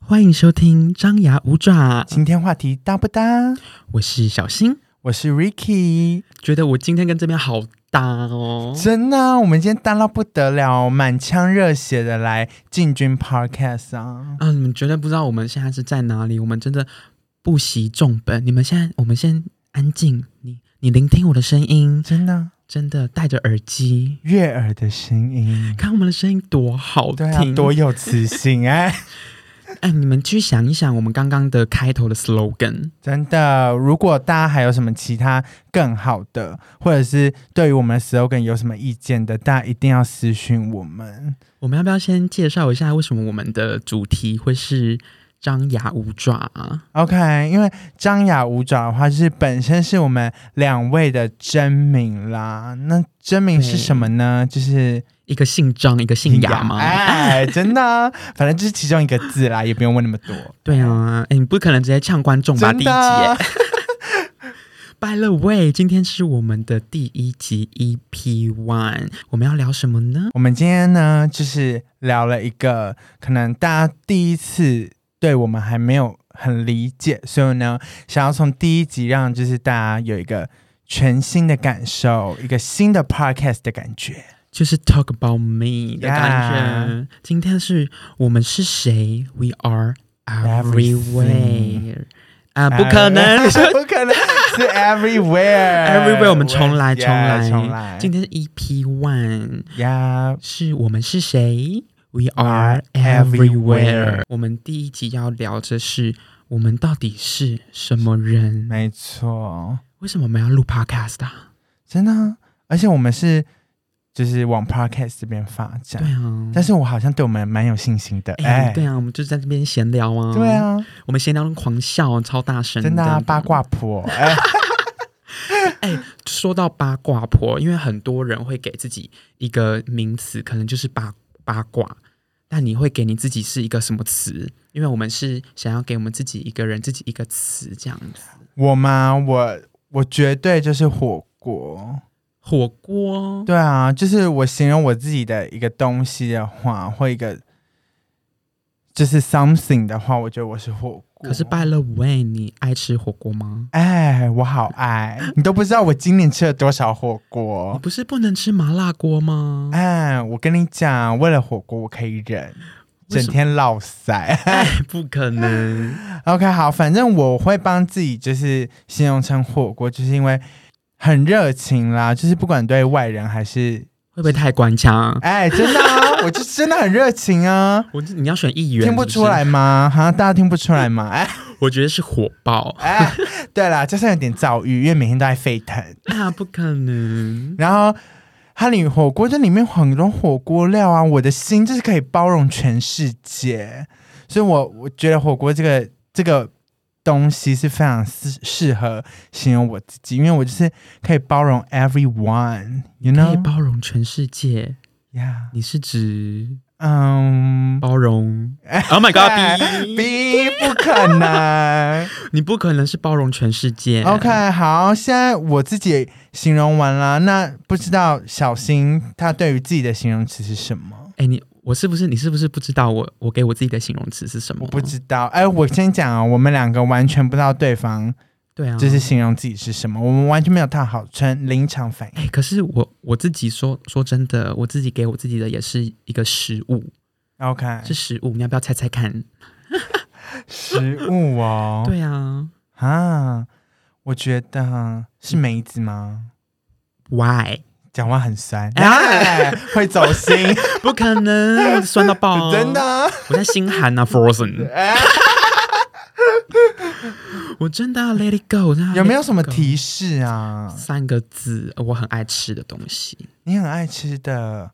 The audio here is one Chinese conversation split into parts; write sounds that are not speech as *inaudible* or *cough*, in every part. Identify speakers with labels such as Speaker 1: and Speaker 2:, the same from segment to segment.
Speaker 1: 欢迎收听张牙舞爪，
Speaker 2: 今天话题搭不搭？
Speaker 1: 我是小新。
Speaker 2: 我是 Ricky，
Speaker 1: 觉得我今天跟这边好搭哦，
Speaker 2: 真的啊、我们今天搭到不得了，满腔热血的来进军 Podcast 啊！
Speaker 1: 啊，你们绝对不知道我们现在是在哪里，我们真的不惜重本。你们现在，我们先安静，你你聆听我的声音，
Speaker 2: 真的啊，
Speaker 1: 真的戴着耳机，
Speaker 2: 悦耳的声音，
Speaker 1: 看我们的声音多好
Speaker 2: 对啊
Speaker 1: 听，，
Speaker 2: 多有磁性哎、 *laughs*
Speaker 1: 哎，你们去想一想我们刚刚的开头的 slogan，
Speaker 2: 真的，如果大家还有什么其他更好的，或者是对于我们的 slogan 有什么意见的，大家一定要私讯我们。
Speaker 1: 我们要不要先介绍一下为什么我们的主题会是张牙舞爪啊？
Speaker 2: OK，因为张牙舞爪的话，就是本身是我们两位的真名啦。那真名是
Speaker 1: 对
Speaker 2: 什么呢？就是
Speaker 1: 一个姓张，一个姓牙吗？
Speaker 2: 哎，真的啊、反正就是其中一个字啦，也不用问那么
Speaker 1: *laughs*
Speaker 2: 多。
Speaker 1: 对啊，哎，你不可能直接呛观众吧？第一集
Speaker 2: 真的啊
Speaker 1: 耶。By the way，今天是我们的第一集 EP One，我们要聊什么呢？
Speaker 2: 我们今天呢，就是聊了一个可能大家第一次对我们还没有很理解，所以呢，想要从第一集让就是大家有一个全新的感受，一个新的 podcast 的感觉。
Speaker 1: 就是 Talk about me 的感觉。今天是我们是谁？We are everywhere
Speaker 2: Everything
Speaker 1: 啊！不可
Speaker 2: *laughs*
Speaker 1: 能
Speaker 2: 不可能是 everywhere
Speaker 1: ，everywhere 我们重来，重
Speaker 2: Yeah，
Speaker 1: 来，
Speaker 2: 重来。
Speaker 1: 今天是 EP One，
Speaker 2: 呀
Speaker 1: 是我们是谁？We are
Speaker 2: Are
Speaker 1: everywhere
Speaker 2: everywhere。
Speaker 1: 我们第一集要聊的是我们到底是什么人？
Speaker 2: 没错，
Speaker 1: 为什么我们要录 podcast 啊？
Speaker 2: 真的啊，而且我们是就是往 podcast 这边发
Speaker 1: 对
Speaker 2: 展，
Speaker 1: 啊，
Speaker 2: 但是我好像对我们蛮有信心的，
Speaker 1: 哎、
Speaker 2: 哎、
Speaker 1: 对啊，我们就在这边闲聊啊，
Speaker 2: 对，啊，
Speaker 1: 我们闲聊狂笑，超大声，
Speaker 2: 真的啊，八。卦婆，哎，
Speaker 1: 哎说到八卦婆，因为很多人会给自己一个名词，可能就是八八卦，但你会给你自己是一个什么词？因为我们是想要给我们自己一个人自己一个词这样子。
Speaker 2: 我吗？我我绝对就是火锅。
Speaker 1: 火锅，
Speaker 2: 对啊，就是我形容我自己的一个东西的话，或一个就是 something 的话，我觉得我是火锅。
Speaker 1: 可是 by the way，你爱吃火锅吗？
Speaker 2: 哎，我好爱你都不知道我今年吃了多少火
Speaker 1: 你
Speaker 2: 锅。
Speaker 1: 不是不能吃麻辣锅吗？
Speaker 2: 哦哎，我跟你讲，为了火锅我可以忍，
Speaker 1: 为
Speaker 2: 整
Speaker 1: 什么
Speaker 2: 天落塞。 *laughs*
Speaker 1: 哎，不可能。
Speaker 2: OK，好，反正我会帮自己就是形容成火锅，就是因为很热情啦，就是不管对外人还是
Speaker 1: 会不会太官腔？
Speaker 2: 哎，真的
Speaker 1: *laughs*
Speaker 2: 啊，我就真的很热情啊，
Speaker 1: 我你要选议员，
Speaker 2: 听不出来吗？哈，大家听不出来吗？哎。
Speaker 1: 是不是，我觉得是火爆
Speaker 2: 哎，对啦，加上有点躁郁，因为每天都在沸腾，
Speaker 1: 那不可能，
Speaker 2: 然后。它里火锅这里面很多火锅料啊，我的心就是可以包容全世界，所以我我觉得火锅这个这个东西是非常适适合形容我自己，因为我就是可以包容 everyone，you
Speaker 1: 可以
Speaker 2: know，
Speaker 1: 包容全世界。
Speaker 2: yeah，
Speaker 1: 你是指
Speaker 2: 嗯、
Speaker 1: 包容？Oh my
Speaker 2: 哎
Speaker 1: god！B，
Speaker 2: B 不可
Speaker 1: *laughs*
Speaker 2: 能。
Speaker 1: 你不可能是包容全世界。
Speaker 2: OK，好，现在我自己形容完了，那不知道小新他对于自己的形容词是什么？
Speaker 1: 哎，你我是不是你是不是不知道我我给我自己的形容词是什么？
Speaker 2: 我不知道。哎，我先讲啊，我们两个完全不知道对方
Speaker 1: 对啊，
Speaker 2: 就是形容自己是什么，我们完全没有套好，纯临场反应。
Speaker 1: 哎、可是我我自己说说真的，我自己给我自己的也是一个食物，
Speaker 2: OK，
Speaker 1: 是食物，你要不要猜猜看？
Speaker 2: 食物 *laughs* 哦。
Speaker 1: 对啊
Speaker 2: 啊，我觉得是梅子吗？
Speaker 1: ，Why？
Speaker 2: 讲话很酸，
Speaker 1: *laughs* 哎
Speaker 2: 哎、会走
Speaker 1: *laughs*
Speaker 2: 心，
Speaker 1: 不可能，酸到爆！哦
Speaker 2: 真的，啊。
Speaker 1: 我在心寒啊，Frozen，
Speaker 2: *laughs* 哎
Speaker 1: *laughs* 我真的要 Let It Go，我真的要
Speaker 2: 有没有
Speaker 1: let it
Speaker 2: 什么
Speaker 1: go？
Speaker 2: 提示啊？
Speaker 1: 三个字，我很爱吃的东西。
Speaker 2: 你很爱吃的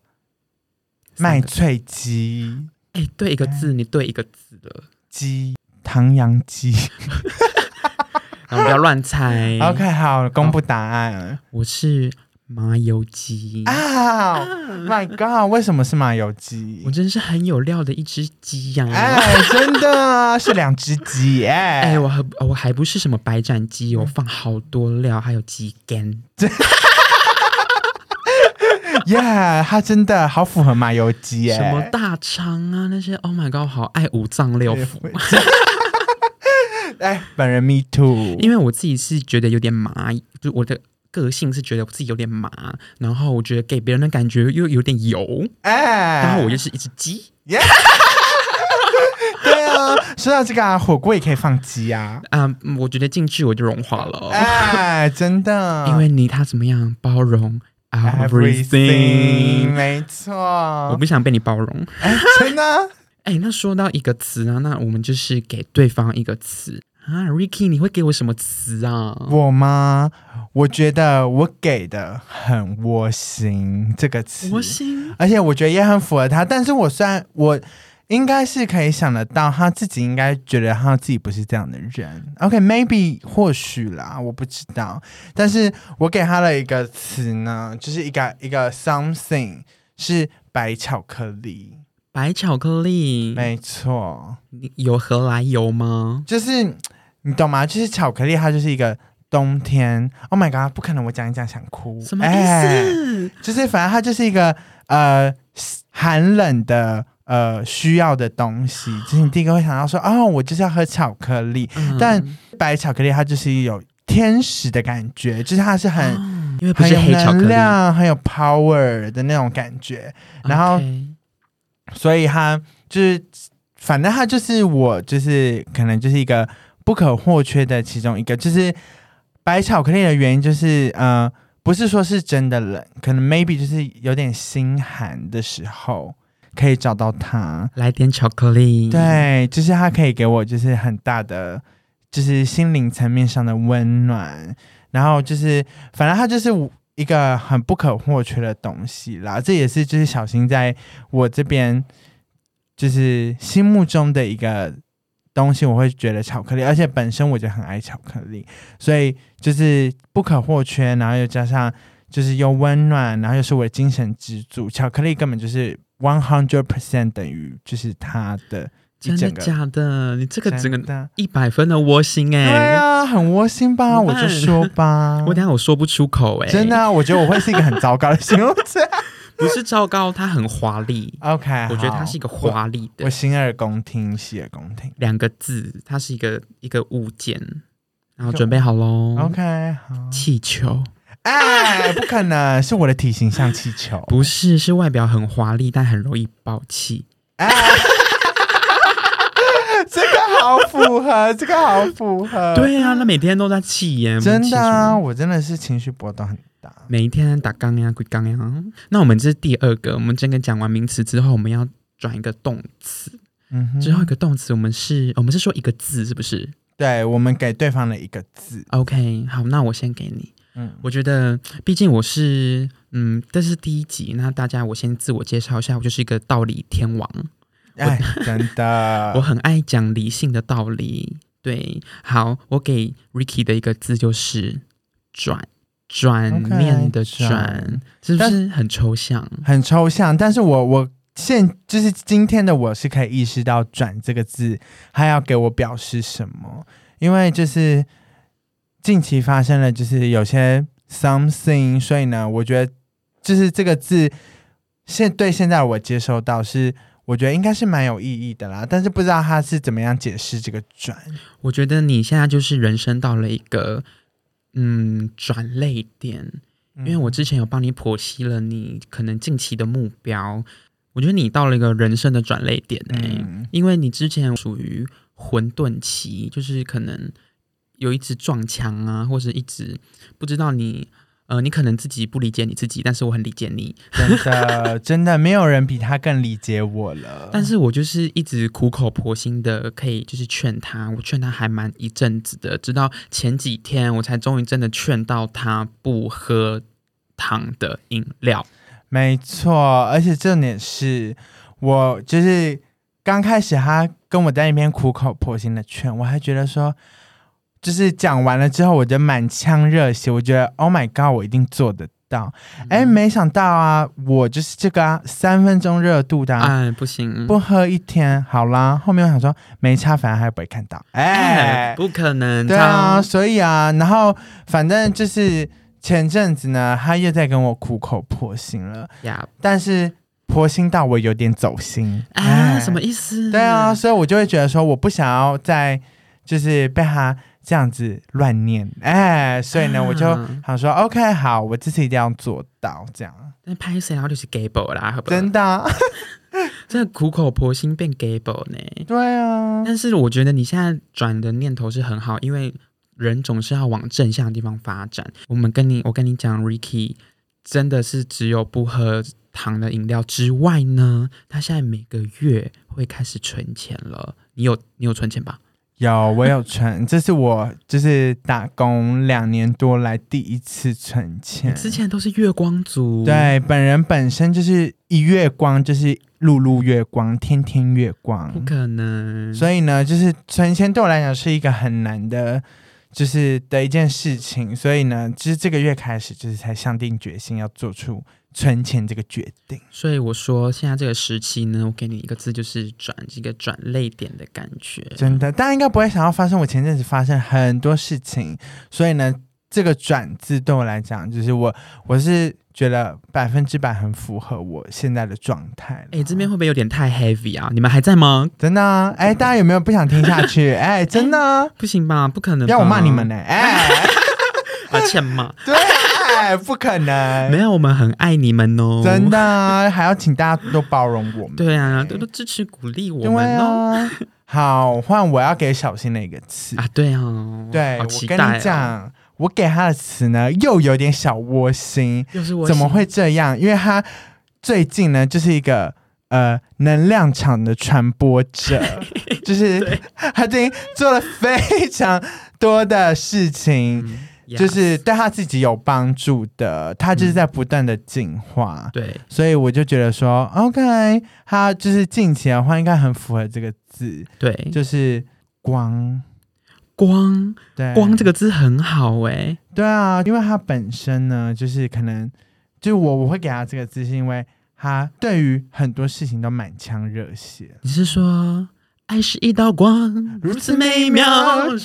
Speaker 1: 三
Speaker 2: 麦
Speaker 1: 个字
Speaker 2: 脆鸡、
Speaker 1: 哎、对一个字，你对一个字的，
Speaker 2: 鸡、唐扬鸡。
Speaker 1: 然后不要乱猜。
Speaker 2: *laughs* OK，好，公布答案。
Speaker 1: 我是麻油鸡，
Speaker 2: 啊、m y God，为什么是麻油鸡
Speaker 1: 我？真是很有料的一只鸡呀、
Speaker 2: 哎，真的是两只鸡哎！
Speaker 1: 哎、我还我还不是什么白斩鸡，
Speaker 2: 嗯
Speaker 1: 我放好多料，还有鸡肝。
Speaker 2: ，Yeah，他真的好符合麻油鸡哎
Speaker 1: 什
Speaker 2: 耶，
Speaker 1: 么大肠啊那些，Oh my god，好爱五脏六腑。
Speaker 2: *laughs* 哎，本人 Me Too，
Speaker 1: 因为我自己是觉得有点麻，就我的个性是觉得我自己有点麻，然后我觉得给别人的感觉又有点油，
Speaker 2: 哎，
Speaker 1: 然后我就是一只鸡
Speaker 2: Yeah 对啊，说到这个啊，火锅也可以放鸡啊，
Speaker 1: 啊、嗯我觉得进去我就融化了，
Speaker 2: 哎，真的，
Speaker 1: 哦因为你他怎么样包容
Speaker 2: everything
Speaker 1: everything，
Speaker 2: 没
Speaker 1: 我
Speaker 2: 错，
Speaker 1: 不想被你包容。
Speaker 2: 哎，真的啊，
Speaker 1: 哎、那说到一个词啊，那我们就是给对方一个词啊，Ricky，你会给我什么词啊？
Speaker 2: 我吗？我觉得我给的很窝心这个词，
Speaker 1: 我心
Speaker 2: 而且我觉得也很符合他。但是我虽然我应该是可以想得到，他自己应该觉得他自己不是这样的人。OK，maybe、或许啦，我不知道。但是我给他的一个词呢，就是一个一个 something 是白巧克力，
Speaker 1: 白巧克力，
Speaker 2: 没错，
Speaker 1: 你有何来由吗？
Speaker 2: 就是你懂吗？就是巧克力，它就是一个。冬天，Oh my god！不可能，我讲一讲想哭。
Speaker 1: 什么意
Speaker 2: 哎
Speaker 1: 思？
Speaker 2: 就是反正它就是一个呃寒冷的呃需要的东西，就是你第一个会想到说，哦，我就是要喝巧克力，
Speaker 1: 嗯
Speaker 2: 但白巧克力它就是有天使的感觉，就是它是很、
Speaker 1: 哦因为不
Speaker 2: 很
Speaker 1: 是
Speaker 2: 有
Speaker 1: 黑巧克
Speaker 2: 能
Speaker 1: 力，
Speaker 2: 量，很有 power 的那种感觉，然后
Speaker 1: OK
Speaker 2: 所以它就是反正它就是我就是可能就是一个不可或缺的其中一个，就是白巧克力的原因就是呃。不是说是真的冷，可能 maybe 就是有点心寒的时候可以找到它。
Speaker 1: 来点巧克力，，
Speaker 2: 对，就是它可以给我就是很大的，就是心灵层面上的温暖。然后就是，反正它就是一个很不可或缺的东西啦。这也是就是小新在我这边就是心目中的一个东西，我会觉得巧克力，而且本身我就很爱巧克力，所以就是不可或缺，然后又加上就是又温暖，然后又是我的精神支柱。巧克力根本就是 one hundred percent 等于就是它的一
Speaker 1: 真
Speaker 2: 整
Speaker 1: 的
Speaker 2: 个
Speaker 1: 假的？你这个整
Speaker 2: 真
Speaker 1: 个
Speaker 2: 的
Speaker 1: 一百分的窝心哎、
Speaker 2: 对啊，很窝心吧？
Speaker 1: 怎么
Speaker 2: 我
Speaker 1: 办，
Speaker 2: 就说吧
Speaker 1: 我等下我说不出口哎、
Speaker 2: 真的、啊，我觉得我会是一个很糟糕的形容
Speaker 1: *laughs*
Speaker 2: 词。
Speaker 1: 不是糟糕，它很华丽，
Speaker 2: OK，
Speaker 1: 我觉得它
Speaker 2: 好
Speaker 1: 是一个华丽
Speaker 2: 我
Speaker 1: 的
Speaker 2: 洗耳恭听，洗耳恭听。
Speaker 1: 两个字，它是一个一个物件，然后准备好喽。
Speaker 2: OK，好。
Speaker 1: 气球
Speaker 2: 哎，不可能，是我的体型像气球。
Speaker 1: 不是是外表很华丽，但很容易爆气。
Speaker 2: 哎，这个好符合，这个好符合。，
Speaker 1: *laughs* 对啊，那每天都在气耶，
Speaker 2: 呃真的
Speaker 1: 我们气
Speaker 2: 啊，
Speaker 1: 什么
Speaker 2: 我真的是情绪波动很大。
Speaker 1: 每一天打杠呀、鬼杠呀。那我们这是第二个，我们这个讲完名词之后，我们要转一个动词。
Speaker 2: 嗯哼，
Speaker 1: 最后一个动词，我们是我们是说一个字，是不是
Speaker 2: 对我们给对方的一个字，
Speaker 1: ？OK，好，那我先给你。
Speaker 2: 嗯，
Speaker 1: 我觉得，毕竟我是嗯，这是第一集，那大家我先自我介绍一下，我就是一个道理天王，
Speaker 2: 哎，
Speaker 1: *laughs*
Speaker 2: 真
Speaker 1: 我
Speaker 2: 的，
Speaker 1: 很爱讲理性的道理。对，好，我给 Ricky 的一个字就是转。转
Speaker 2: OK，
Speaker 1: 念的
Speaker 2: 转
Speaker 1: 转是不
Speaker 2: 但
Speaker 1: 是很抽象？
Speaker 2: 很抽象，但是我我。现就是今天的我是可以意识到“转”这个字，它要给我表示什么，因为就是近期发生了，就是有些 something，所以呢，我觉得就是这个字现对现在我接收到是，我觉得应该是蛮有意义的啦，但是不知道他是怎么样解释这个转，
Speaker 1: 我觉得你现在就是人生到了一个嗯转泪点，因为我之前有帮你剖析了你可能近期的目标，我觉得你到了一个人生的转泪点哎、
Speaker 2: 嗯
Speaker 1: 因为你之前属于混沌期，就是可能有一直撞墙啊，或者一直不知道你呃，你可能自己不理解你自己，但是我很理解你，
Speaker 2: 真的真的没有人比他更理解我了，
Speaker 1: 但是我就是一直苦口婆心的，可以就是劝他，我劝他还蛮一阵子的，直到前几天我才终于真的劝到他不喝糖的饮料。
Speaker 2: 没错，而且重点是我就是刚开始他跟我在那边苦口婆心的劝，我还觉得说，就是讲完了之后，我就满腔热血，我觉得 Oh my God，我一定做得到。哎、没想到啊，我就是这个、啊、三分钟热度的、啊。
Speaker 1: 哎，不行，
Speaker 2: 不喝一天好啦，后面我想说没差，反正还不会看到。哎、
Speaker 1: 哎，不可能，
Speaker 2: 对啊，
Speaker 1: 他，
Speaker 2: 所以啊，然后反正就是前阵子呢，他又在跟我苦口婆心了，
Speaker 1: 呀
Speaker 2: 但是婆心到我有点走心
Speaker 1: 啊，
Speaker 2: 哎
Speaker 1: 什么意思？
Speaker 2: 对啊，，所以我就会觉得说，我不想要再就是被他这样子乱念，哎，所以呢，
Speaker 1: 啊
Speaker 2: 我就想说，OK，好，我这次一定要做到这样，
Speaker 1: 但拍谁然后就是 gable 啦，好不好
Speaker 2: 真的啊、
Speaker 1: 真的苦口婆心变 gable 呢。
Speaker 2: 对啊，
Speaker 1: 但是我觉得你现在转的念头是很好，因为人总是要往正向的地方发展。我们跟你，我跟你讲，Ricky 真的是只有不喝糖的饮料之外呢，他现在每个月会开始存钱了。你有你有存钱吧？
Speaker 2: 有我有存，这是我就是打工两年多来第一次存
Speaker 1: 你
Speaker 2: 钱，
Speaker 1: 之前都是月光族，，
Speaker 2: 对本人本身就是一月光，就是露露月光，天天月光
Speaker 1: 不，可能。
Speaker 2: 所以呢，就是存钱对我来讲是一个很难的，就是的一件事情。所以呢，就是这个月开始，就是才下定决心要做出存钱这个决定。
Speaker 1: 所以我说，现在这个时期呢，我给你一个字，就是转，一个转泪点的感觉。
Speaker 2: 真的，大家应该不会想要发生我前阵子发生很多事情，所以呢，这个转字对我来讲，就是我我是觉得百分之百很符合我现在的状态了。
Speaker 1: 哎、这边会不会有点太 heavy 啊？你们还在吗？
Speaker 2: 真的啊，哎、大家有没有不想听下去？哎、 *laughs* 真的啊，
Speaker 1: 不行吧，不可能吧。
Speaker 2: 要我骂你们呢、哎、 *laughs*
Speaker 1: 啊，欠骂。
Speaker 2: 对，哎，不可能，
Speaker 1: 没有，我们很爱你们哦，
Speaker 2: 真。的啊，还要请大家都包容我们。
Speaker 1: 对啊，多多支持鼓励我
Speaker 2: 对
Speaker 1: 们哦。
Speaker 2: 啊， *laughs* 好，换我要给小新的一个词。
Speaker 1: 啊，对啊，
Speaker 2: 对，
Speaker 1: 好
Speaker 2: 我
Speaker 1: 期
Speaker 2: 跟
Speaker 1: 待、
Speaker 2: 你，讲，我给他的词呢，又有点小窝心。
Speaker 1: 又是我
Speaker 2: 怎么
Speaker 1: 喜
Speaker 2: 会这样？因为他最近呢，就是一个呃能量场的传播者，
Speaker 1: *laughs*
Speaker 2: 就是他最近做了非常多的事情。
Speaker 1: 嗯呀
Speaker 2: 就是对他自己有帮助的，他就是在不断的进化。
Speaker 1: 对，
Speaker 2: 所以我就觉得说，OK，它就是近期的话，应该很符合这个字，
Speaker 1: 对，
Speaker 2: 就是光，
Speaker 1: 光
Speaker 2: 对，
Speaker 1: 光这
Speaker 2: 个，
Speaker 1: 个字很好哎、
Speaker 2: 对啊，因为它本身呢，就是可能，就是我我会给它这个字，是因为它对于很多事情都满腔热血。
Speaker 1: 你是说爱是一道光，
Speaker 2: 如
Speaker 1: 如
Speaker 2: 此
Speaker 1: 此
Speaker 2: 美
Speaker 1: 美
Speaker 2: 妙
Speaker 1: 妙？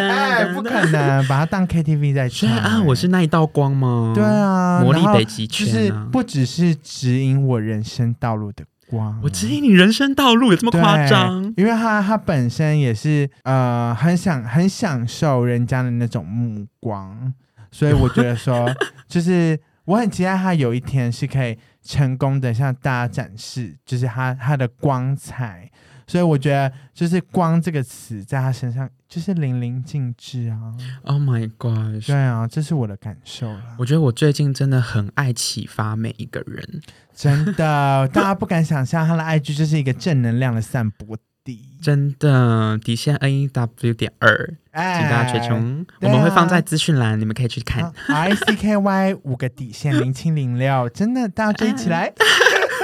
Speaker 2: 哎，不可。能把它当 KTV 在
Speaker 1: 所
Speaker 2: 唱
Speaker 1: 以嗯啊，
Speaker 2: 哎
Speaker 1: 我是那一道光吗？
Speaker 2: 对，啊，
Speaker 1: 魔力
Speaker 2: 然后
Speaker 1: 北极
Speaker 2: 就
Speaker 1: 圈
Speaker 2: 是
Speaker 1: 啊。
Speaker 2: 不只是指引我人生道路的光，
Speaker 1: 我指引你人生道路有这么
Speaker 2: 对
Speaker 1: 夸张？
Speaker 2: 因为他他本身也是呃很享很享受人家的那种目光，所以我觉
Speaker 1: *laughs*
Speaker 2: 得说，就是我很期待他有一天是可以成功的向大家展示，就是他他的光彩。所以我觉得，就是“光”这个词在他身上就是淋漓尽致啊！
Speaker 1: Oh my gosh！
Speaker 2: 对啊，这是我的感受啦，
Speaker 1: 我觉得我最近真的很爱启发每一个人，
Speaker 2: 真的，大家不敢想象他的 IG 就是一个正能量的散播地，
Speaker 1: 真的底线 N E W 点二，
Speaker 2: 哎，
Speaker 1: 请大家追踪，
Speaker 2: 对
Speaker 1: 我
Speaker 2: 啊
Speaker 1: 们会放在资讯栏，你们可以去看。
Speaker 2: *laughs* I C K Y 五个底线零七
Speaker 1: *laughs*
Speaker 2: 零六，真的大家追起来，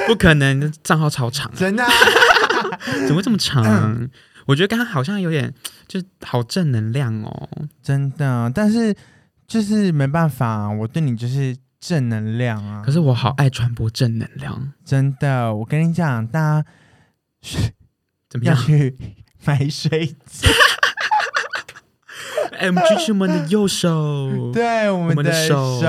Speaker 1: 不可能，账号超长，
Speaker 2: 真的啊、
Speaker 1: 怎么会这么
Speaker 2: 嗯
Speaker 1: 长？我觉得刚刚好像有点，就是好正能量哦。
Speaker 2: 真的。但是就是没办法、我对你就是正能量啊。
Speaker 1: 可是我好爱传播正能量，
Speaker 2: 真的，我跟你讲，大家
Speaker 1: 怎么
Speaker 2: 要 *laughs*
Speaker 1: 样
Speaker 2: 去买水
Speaker 1: *laughs*
Speaker 2: 晶，
Speaker 1: ？MG 哎是我们的右手，
Speaker 2: 对哦我
Speaker 1: 们的
Speaker 2: 的
Speaker 1: 手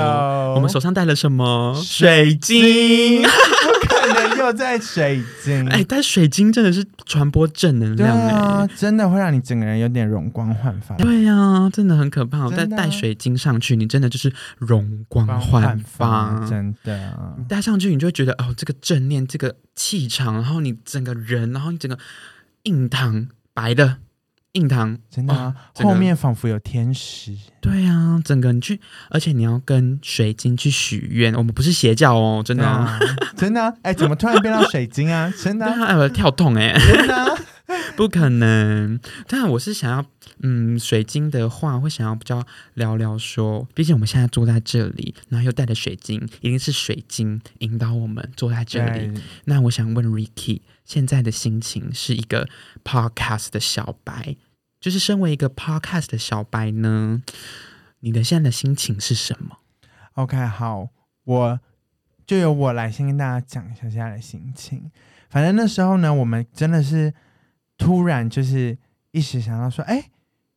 Speaker 1: 我们手上戴了什么？
Speaker 2: 水
Speaker 1: 晶。
Speaker 2: *laughs* 不可能又在水晶。
Speaker 1: 哎，但水晶真的是传播正能
Speaker 2: 对
Speaker 1: 量
Speaker 2: 啊
Speaker 1: 哎。，
Speaker 2: 真的会让你整个人有点容光焕发。
Speaker 1: 对呀、真的很可怕。
Speaker 2: 真的啊
Speaker 1: 但戴水晶上去，你真的就是容光焕发。
Speaker 2: 真的
Speaker 1: 你，戴上去，你就会觉得哦，这个正念，这个气场，然后你整个人，然后你整个印堂白的印堂，
Speaker 2: 真的啊、
Speaker 1: 这个
Speaker 2: 后面仿佛有天使。
Speaker 1: 对啊，整个你去，而且你要跟水晶去许愿，我们不是邪教哦，真的、哦。
Speaker 2: 对啊，真的啊、
Speaker 1: *laughs*
Speaker 2: 哎、怎么突然变到水晶啊？真的
Speaker 1: 对
Speaker 2: 啊、
Speaker 1: 啊，哎，我跳痛哎、 *laughs*
Speaker 2: 真的啊、
Speaker 1: 不可能。但我是想要，嗯，水晶的话，会想要比较聊聊说，毕竟我们现在坐在这里，然后又带着水晶，一定是水晶引导我们坐在这里。
Speaker 2: 对，
Speaker 1: 那我想问 Ricky，现在的心情是一个 podcast 的小白，就是身为一个 podcast 的小白呢，你的现在的心情是什么？
Speaker 2: OK，好，我就由我来先跟大家讲一下现在的心情。反正那时候呢，我们真的是突然就是一时想到说，哎、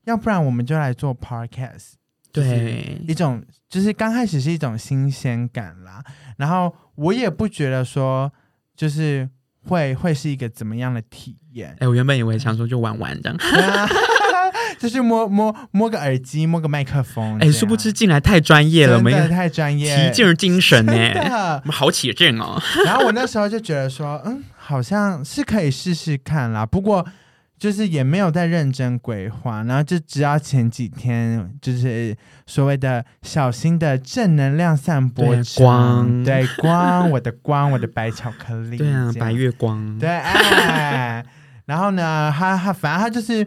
Speaker 2: 要不然我们就来做 podcast，就是
Speaker 1: 对，
Speaker 2: 一种就是刚开始是一种新鲜感啦，然后我也不觉得说就是会会是一个怎么样的体验
Speaker 1: 哎、，我原本以为想说就玩玩这样，
Speaker 2: 嗯 *laughs* 就是摸摸摸个耳机，摸个麦克风，
Speaker 1: 哎、
Speaker 2: 这样
Speaker 1: 殊不知进来太专业了，我
Speaker 2: 啊真的
Speaker 1: 们
Speaker 2: 太专业，
Speaker 1: 提劲儿精神呢、
Speaker 2: 真的
Speaker 1: 我们好起劲哦。
Speaker 2: 然后我那时候就觉得说，嗯，好像是可以试试看啦。不过就是也没有在认真规划，然后就直到前几天，就是所谓的小心的正能量散播
Speaker 1: 对
Speaker 2: 者
Speaker 1: 光
Speaker 2: 对光，我的光，我的白巧克力，
Speaker 1: 对啊，
Speaker 2: 这样
Speaker 1: 白月光，
Speaker 2: *laughs* 对，哎，然后呢，他他反正他就是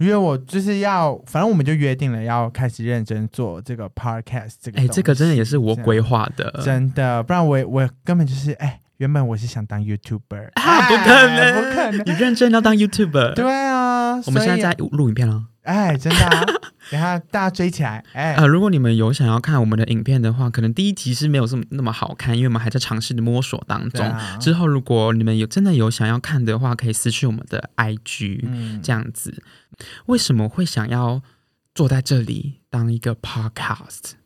Speaker 2: 约我，就是要，反正我们就约定了要开始认真做这个 podcast 这个
Speaker 1: 哎、
Speaker 2: 东西，
Speaker 1: 这个真的呃也是我规划的，
Speaker 2: 真的，不然我也我根本就是哎，原本我是想当 YouTuber，
Speaker 1: *laughs* 啊，不可
Speaker 2: 哎
Speaker 1: 能，
Speaker 2: 不可能，
Speaker 1: 你认真要当 YouTuber，
Speaker 2: 对啊，
Speaker 1: *laughs* 我们
Speaker 2: 所
Speaker 1: 现
Speaker 2: 以
Speaker 1: 在在录影片了。
Speaker 2: 哎，真的、啊，等下大家追起来，哎，
Speaker 1: 呃，如果你们有想要看我们的影片的话，可能第一集是没有这么那么好看，因为我们还在尝试的摸索当
Speaker 2: 对
Speaker 1: 中。
Speaker 2: 啊
Speaker 1: 之后，如果你们有真的有想要看的话，可以私去我们的 IG、
Speaker 2: 嗯
Speaker 1: 这样子。为什么会想要坐在这里当一个 podcast？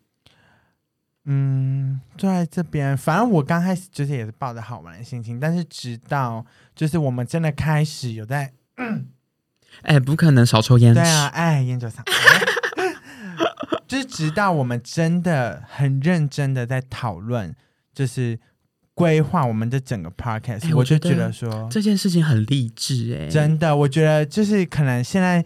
Speaker 2: 嗯，坐在这边，反正我刚开始就是也是抱着好玩的心情，但是直到就是我们真的开始有在
Speaker 1: 哎，不可能少抽烟。
Speaker 2: 对啊，哎，烟酒嗓。 *laughs* 就是直到我们真的很认真的在讨论，就是规划我们的整个 podcast，、
Speaker 1: 哎我
Speaker 2: 我就
Speaker 1: 觉
Speaker 2: 觉
Speaker 1: 得
Speaker 2: 得说，
Speaker 1: 这件事情很励志哎、
Speaker 2: 真的，我觉得就是可能现在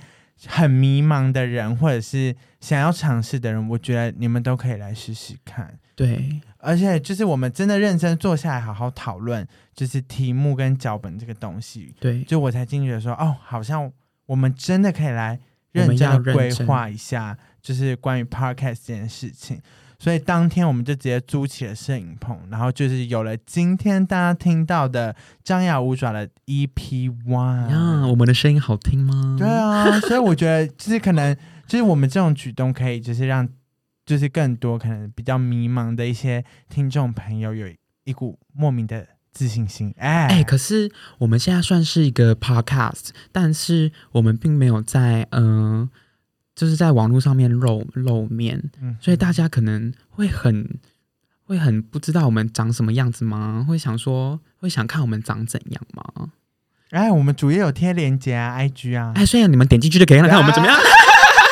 Speaker 2: 很迷茫的人，或者是想要尝试的人，我觉得你们都可以来试试看。
Speaker 1: 对，
Speaker 2: 而且就是我们真的认真坐下来，好好讨论，就是题目跟脚本这个东西，
Speaker 1: 对，
Speaker 2: 就我才惊觉说，哦，好像我们真的可以来
Speaker 1: 我
Speaker 2: 认
Speaker 1: 们要
Speaker 2: 真的
Speaker 1: 认
Speaker 2: 规
Speaker 1: 真
Speaker 2: 划一下，就是关于 podcast 这件事情。所以当天我们就直接租起了摄影棚，然后就是有了今天大家听到的张牙舞爪的 EP
Speaker 1: 呀
Speaker 2: One。 *laughs*
Speaker 1: 我们的声音好听吗？
Speaker 2: 对啊，所以我觉得就是可能就是我们这种举动可以就是让就是更多可能比较迷茫的一些听众朋友有一股莫名的自信心。哎、
Speaker 1: 哎、可是我们现在算是一个 podcast，但是我们并没有在嗯、呃就是在网络上面露露面，
Speaker 2: 嗯
Speaker 1: 所以大家可能会很会很不知道我们长什么样子吗？会想说会想看我们长怎样吗？
Speaker 2: 哎，我们主页有贴链接啊，IG 啊，
Speaker 1: 哎，虽然你们点进去就可以看看我们怎么样，
Speaker 2: *laughs*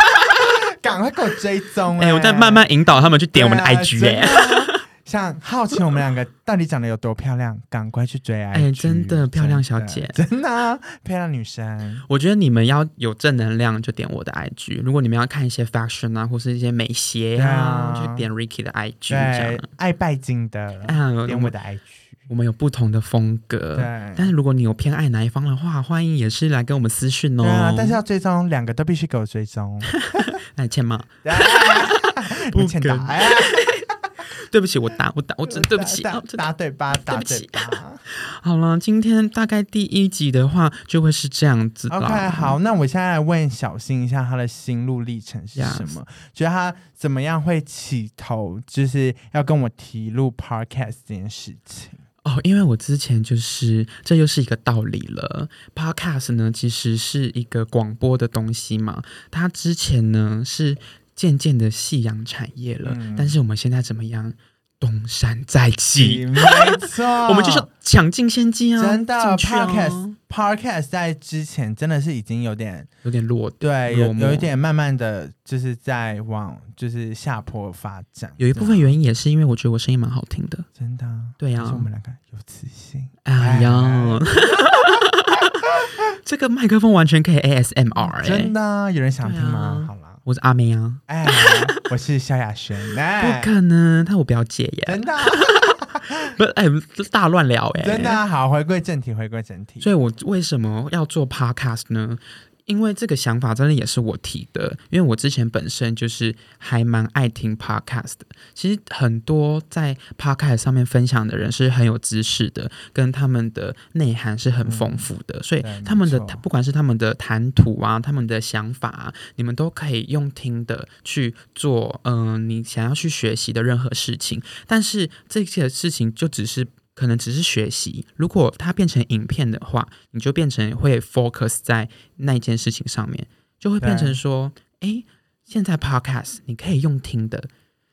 Speaker 2: 赶快给我追踪、啊
Speaker 1: 哎、我在慢慢引导他们去点我们的 IG 哎、
Speaker 2: 对啊真 *laughs* 的啊想好奇我们两个到底长得有多漂亮，赶快去追 IG！
Speaker 1: 哎真的漂亮小
Speaker 2: 真的
Speaker 1: 姐
Speaker 2: 真的啊、漂亮女生，
Speaker 1: 我觉得你们要有正能量，就点我的 IG。如果你们要看一些 fashion 啊，或是一些美鞋啊，
Speaker 2: 对啊
Speaker 1: 就点 Ricky 的 IG 这样
Speaker 2: 对。，爱拜金的，
Speaker 1: 啊，我
Speaker 2: 点我的 IG。
Speaker 1: 我们有不同的风格，
Speaker 2: 对，
Speaker 1: 但是如果你有偏爱哪一方的话，欢迎也是来跟我们私讯哦。
Speaker 2: 对啊，但是要追踪两个都必须给我追踪， *laughs*
Speaker 1: 哎，欠骂，
Speaker 2: 你欠
Speaker 1: *laughs*
Speaker 2: 打，
Speaker 1: 不
Speaker 2: 哎呀，
Speaker 1: 对不起，我打我打我真对不起。
Speaker 2: 打
Speaker 1: 啊真的
Speaker 2: 打对巴，打
Speaker 1: 不
Speaker 2: 对
Speaker 1: 起
Speaker 2: 巴。
Speaker 1: 好了，今天大概第一集的话就会是这样子啦。
Speaker 2: OK，好，那我现在来问小新一下他的心路历程是
Speaker 1: Yes
Speaker 2: 什么觉得他怎么样会起头，就是要跟我提录 Podcast 这件事情。
Speaker 1: 哦，因为我之前就是，这又是一个道理了。Podcast 呢，其实是一个广播的东西嘛，它之前呢是渐渐的夕阳产业了，
Speaker 2: 嗯
Speaker 1: 但是我们现在怎么样？东山再起，
Speaker 2: 没错，
Speaker 1: *laughs* 我们就是要抢进先机啊！
Speaker 2: 啊真
Speaker 1: 进
Speaker 2: 的
Speaker 1: 去啊
Speaker 2: Podcast Podcast 在之前真的是已经有点
Speaker 1: 有点落，
Speaker 2: 对，有
Speaker 1: 落寞
Speaker 2: 有一点慢慢的就是在往就是下坡发展，
Speaker 1: 有一部分原因也是因为我觉得我声音蛮好听的。
Speaker 2: 真的啊。
Speaker 1: 对
Speaker 2: 就是
Speaker 1: 啊
Speaker 2: 我，们两个有自信，
Speaker 1: 哎呀， *laughs* 这个麦克风完全可以 ASMR 哎、
Speaker 2: 真的啊、有人想听吗？
Speaker 1: 对啊
Speaker 2: 好啦，
Speaker 1: 我是阿妹啊，
Speaker 2: 哎，我是萧亚轩，哎
Speaker 1: *laughs* 不，可啊能，她我表姐耶。
Speaker 2: 真的啊、
Speaker 1: 不，哎、这大乱聊、哎，
Speaker 2: 真的啊、好，回归正题，回归正题。
Speaker 1: 所以我为什么要做 podcast 呢？因为这个想法真的也是我提的，因为我之前本身就是还蛮爱听 podcast 的。其实很多在 podcast 上面分享的人是很有知识的，跟他们的内涵是很丰富的，所以
Speaker 2: 嗯对
Speaker 1: 他们的
Speaker 2: 没错
Speaker 1: 不管是他们的谈吐啊，他们的想法啊，你们都可以用听的去做，嗯、你想要去学习的任何事情。但是这些事情就只是可能只是学习，如果它变成影片的话，你就变成会 focus 在那一件事情上面，就会变成说，诶，现在 Podcast 你可以用听的，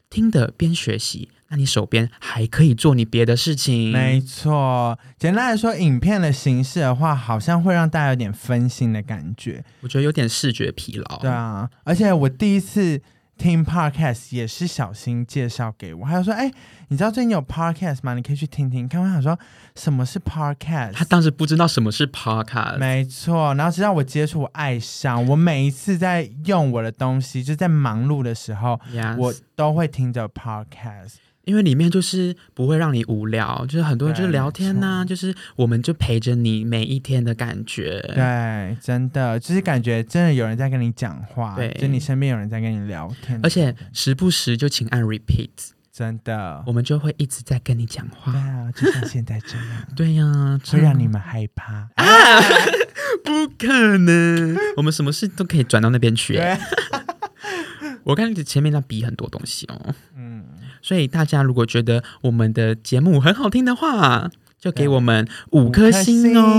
Speaker 1: 听的边学习，那你手边还可以做你别的事情。
Speaker 2: 没错，简单来说，影片的形式的话，好像会让大家有点分心的感觉。
Speaker 1: 我觉得有点视觉疲劳。
Speaker 2: 对啊，而且我第一次听 podcast 也是小新介绍给我，他就说：“哎、你知道最近有 podcast 吗？你可以去听听看。”我想说，什么是 podcast？
Speaker 1: 他呃当时不知道什么是 Podcast，
Speaker 2: 没错，然后直到我接触，我爱上我每一次在用我的东西，就在忙碌的时候，
Speaker 1: Yes
Speaker 2: 我都会听着 podcast。
Speaker 1: 因为里面就是不会让你无聊，就是很多人就是
Speaker 2: 对
Speaker 1: 聊天呐、就是我们就陪着你每一天的感觉。
Speaker 2: 对，真的就是感觉真的有人在跟你讲话，
Speaker 1: 对
Speaker 2: 就你身边有人在跟你聊天，
Speaker 1: 而且时不时就请按 repeat，
Speaker 2: 真的
Speaker 1: 我，们就会一直在跟你讲
Speaker 2: 对
Speaker 1: 话。
Speaker 2: 啊，就像现在这样，
Speaker 1: 对呀、这
Speaker 2: 会让你们害
Speaker 1: *laughs*
Speaker 2: 怕。
Speaker 1: 不可能，我们什么事都可以转到那边去。
Speaker 2: 对，啊
Speaker 1: 我看你前面那比很多东西哦，
Speaker 2: 嗯，
Speaker 1: 所以大家如果觉得我们的节目很好听的话，就给
Speaker 2: 对
Speaker 1: 我们五颗星
Speaker 2: 啊五颗
Speaker 1: 哦。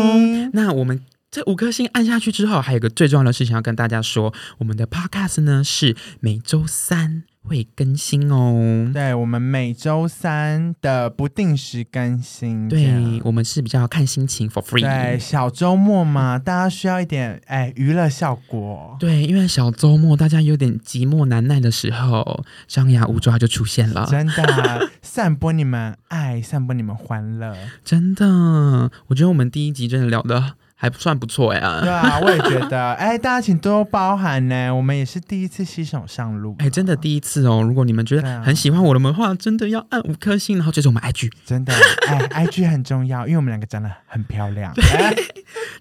Speaker 2: 星
Speaker 1: 那我们这五颗星按下去之后，还有一个最重要的事情要跟大家说，我们的 podcast 呢是每周三会更新哦。
Speaker 2: 对我们每周三的不定时更新，这
Speaker 1: 对
Speaker 2: 样，
Speaker 1: 我们是比较看心情 for
Speaker 2: 啊对，
Speaker 1: free。
Speaker 2: 小周末嘛，大家需要一点哎娱乐效果，
Speaker 1: 对，因为小周末大家有点寂寞难耐的时候，张牙舞爪就出现了。
Speaker 2: 真的啊散播你们爱，散播你们欢乐，
Speaker 1: 真的，我觉得我们第一集真的聊的还不算不错
Speaker 2: *laughs* 对
Speaker 1: 呀。
Speaker 2: 啊，我也觉得，哎，大家请多包涵呢，我们也是第一次新手上路，
Speaker 1: 哎，真的第一次哦！如果你们觉
Speaker 2: 对
Speaker 1: 得
Speaker 2: 啊
Speaker 1: 很喜欢我们的话，真的要按五颗星，然后追着我们 IG
Speaker 2: 真的，哎，IG 很重要，因为我们两个长得很漂亮，哎，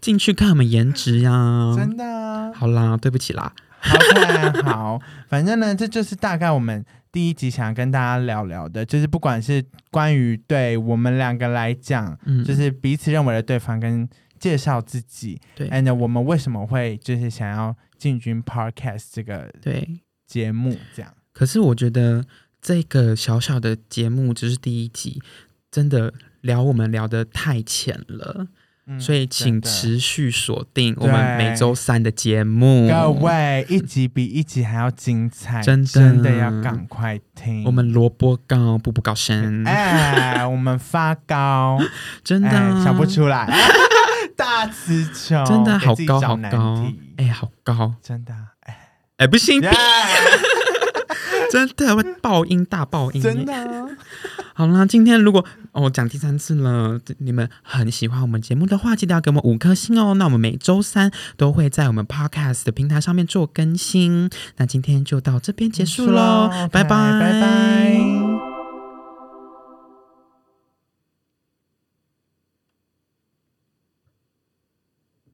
Speaker 1: 进去看我们颜值呀。
Speaker 2: 真的啊，
Speaker 1: 好啦，对不起啦，
Speaker 2: 好看好，反正呢，这就是大概我们第一集想要跟大家聊聊的，就是不管是关于对我们两个来讲，
Speaker 1: 嗯，
Speaker 2: 就是彼此认为的对方跟介绍自己，
Speaker 1: 对
Speaker 2: and 我们为什么会就是想要进军 podcast 这个
Speaker 1: 对。
Speaker 2: 节目，这样
Speaker 1: 可是我觉得这个小小的节目只是第一集，真的聊我们聊的太浅了，
Speaker 2: 嗯
Speaker 1: 所以请
Speaker 2: 真的
Speaker 1: 持续锁定我
Speaker 2: 对
Speaker 1: 们每周三的节目。
Speaker 2: 各位，一集比一集还要精彩，
Speaker 1: 真的
Speaker 2: 真的要赶快听。
Speaker 1: 我们萝卜糕，步步高升，
Speaker 2: 哎，我们发高，
Speaker 1: 真的
Speaker 2: 哎
Speaker 1: 啊
Speaker 2: 想不出来， *laughs* 大词穷，
Speaker 1: 真的啊
Speaker 2: 给
Speaker 1: 好
Speaker 2: 自己
Speaker 1: 高
Speaker 2: 找
Speaker 1: 好
Speaker 2: 难
Speaker 1: 高
Speaker 2: 题，
Speaker 1: 哎、好高，
Speaker 2: 真的，哎
Speaker 1: 哎、不行，
Speaker 2: 耶
Speaker 1: *laughs* 真的会爆音大爆音。
Speaker 2: 真的，啊
Speaker 1: 好啦，今天如果哦我讲第三次了，你们很喜欢我们节目的话，记得要给我们五颗星哦。那我们每周三都会在我们 Podcast 的平台上面做更新。那今天就到这边结束喽，
Speaker 2: OK，
Speaker 1: 拜拜
Speaker 2: 拜拜。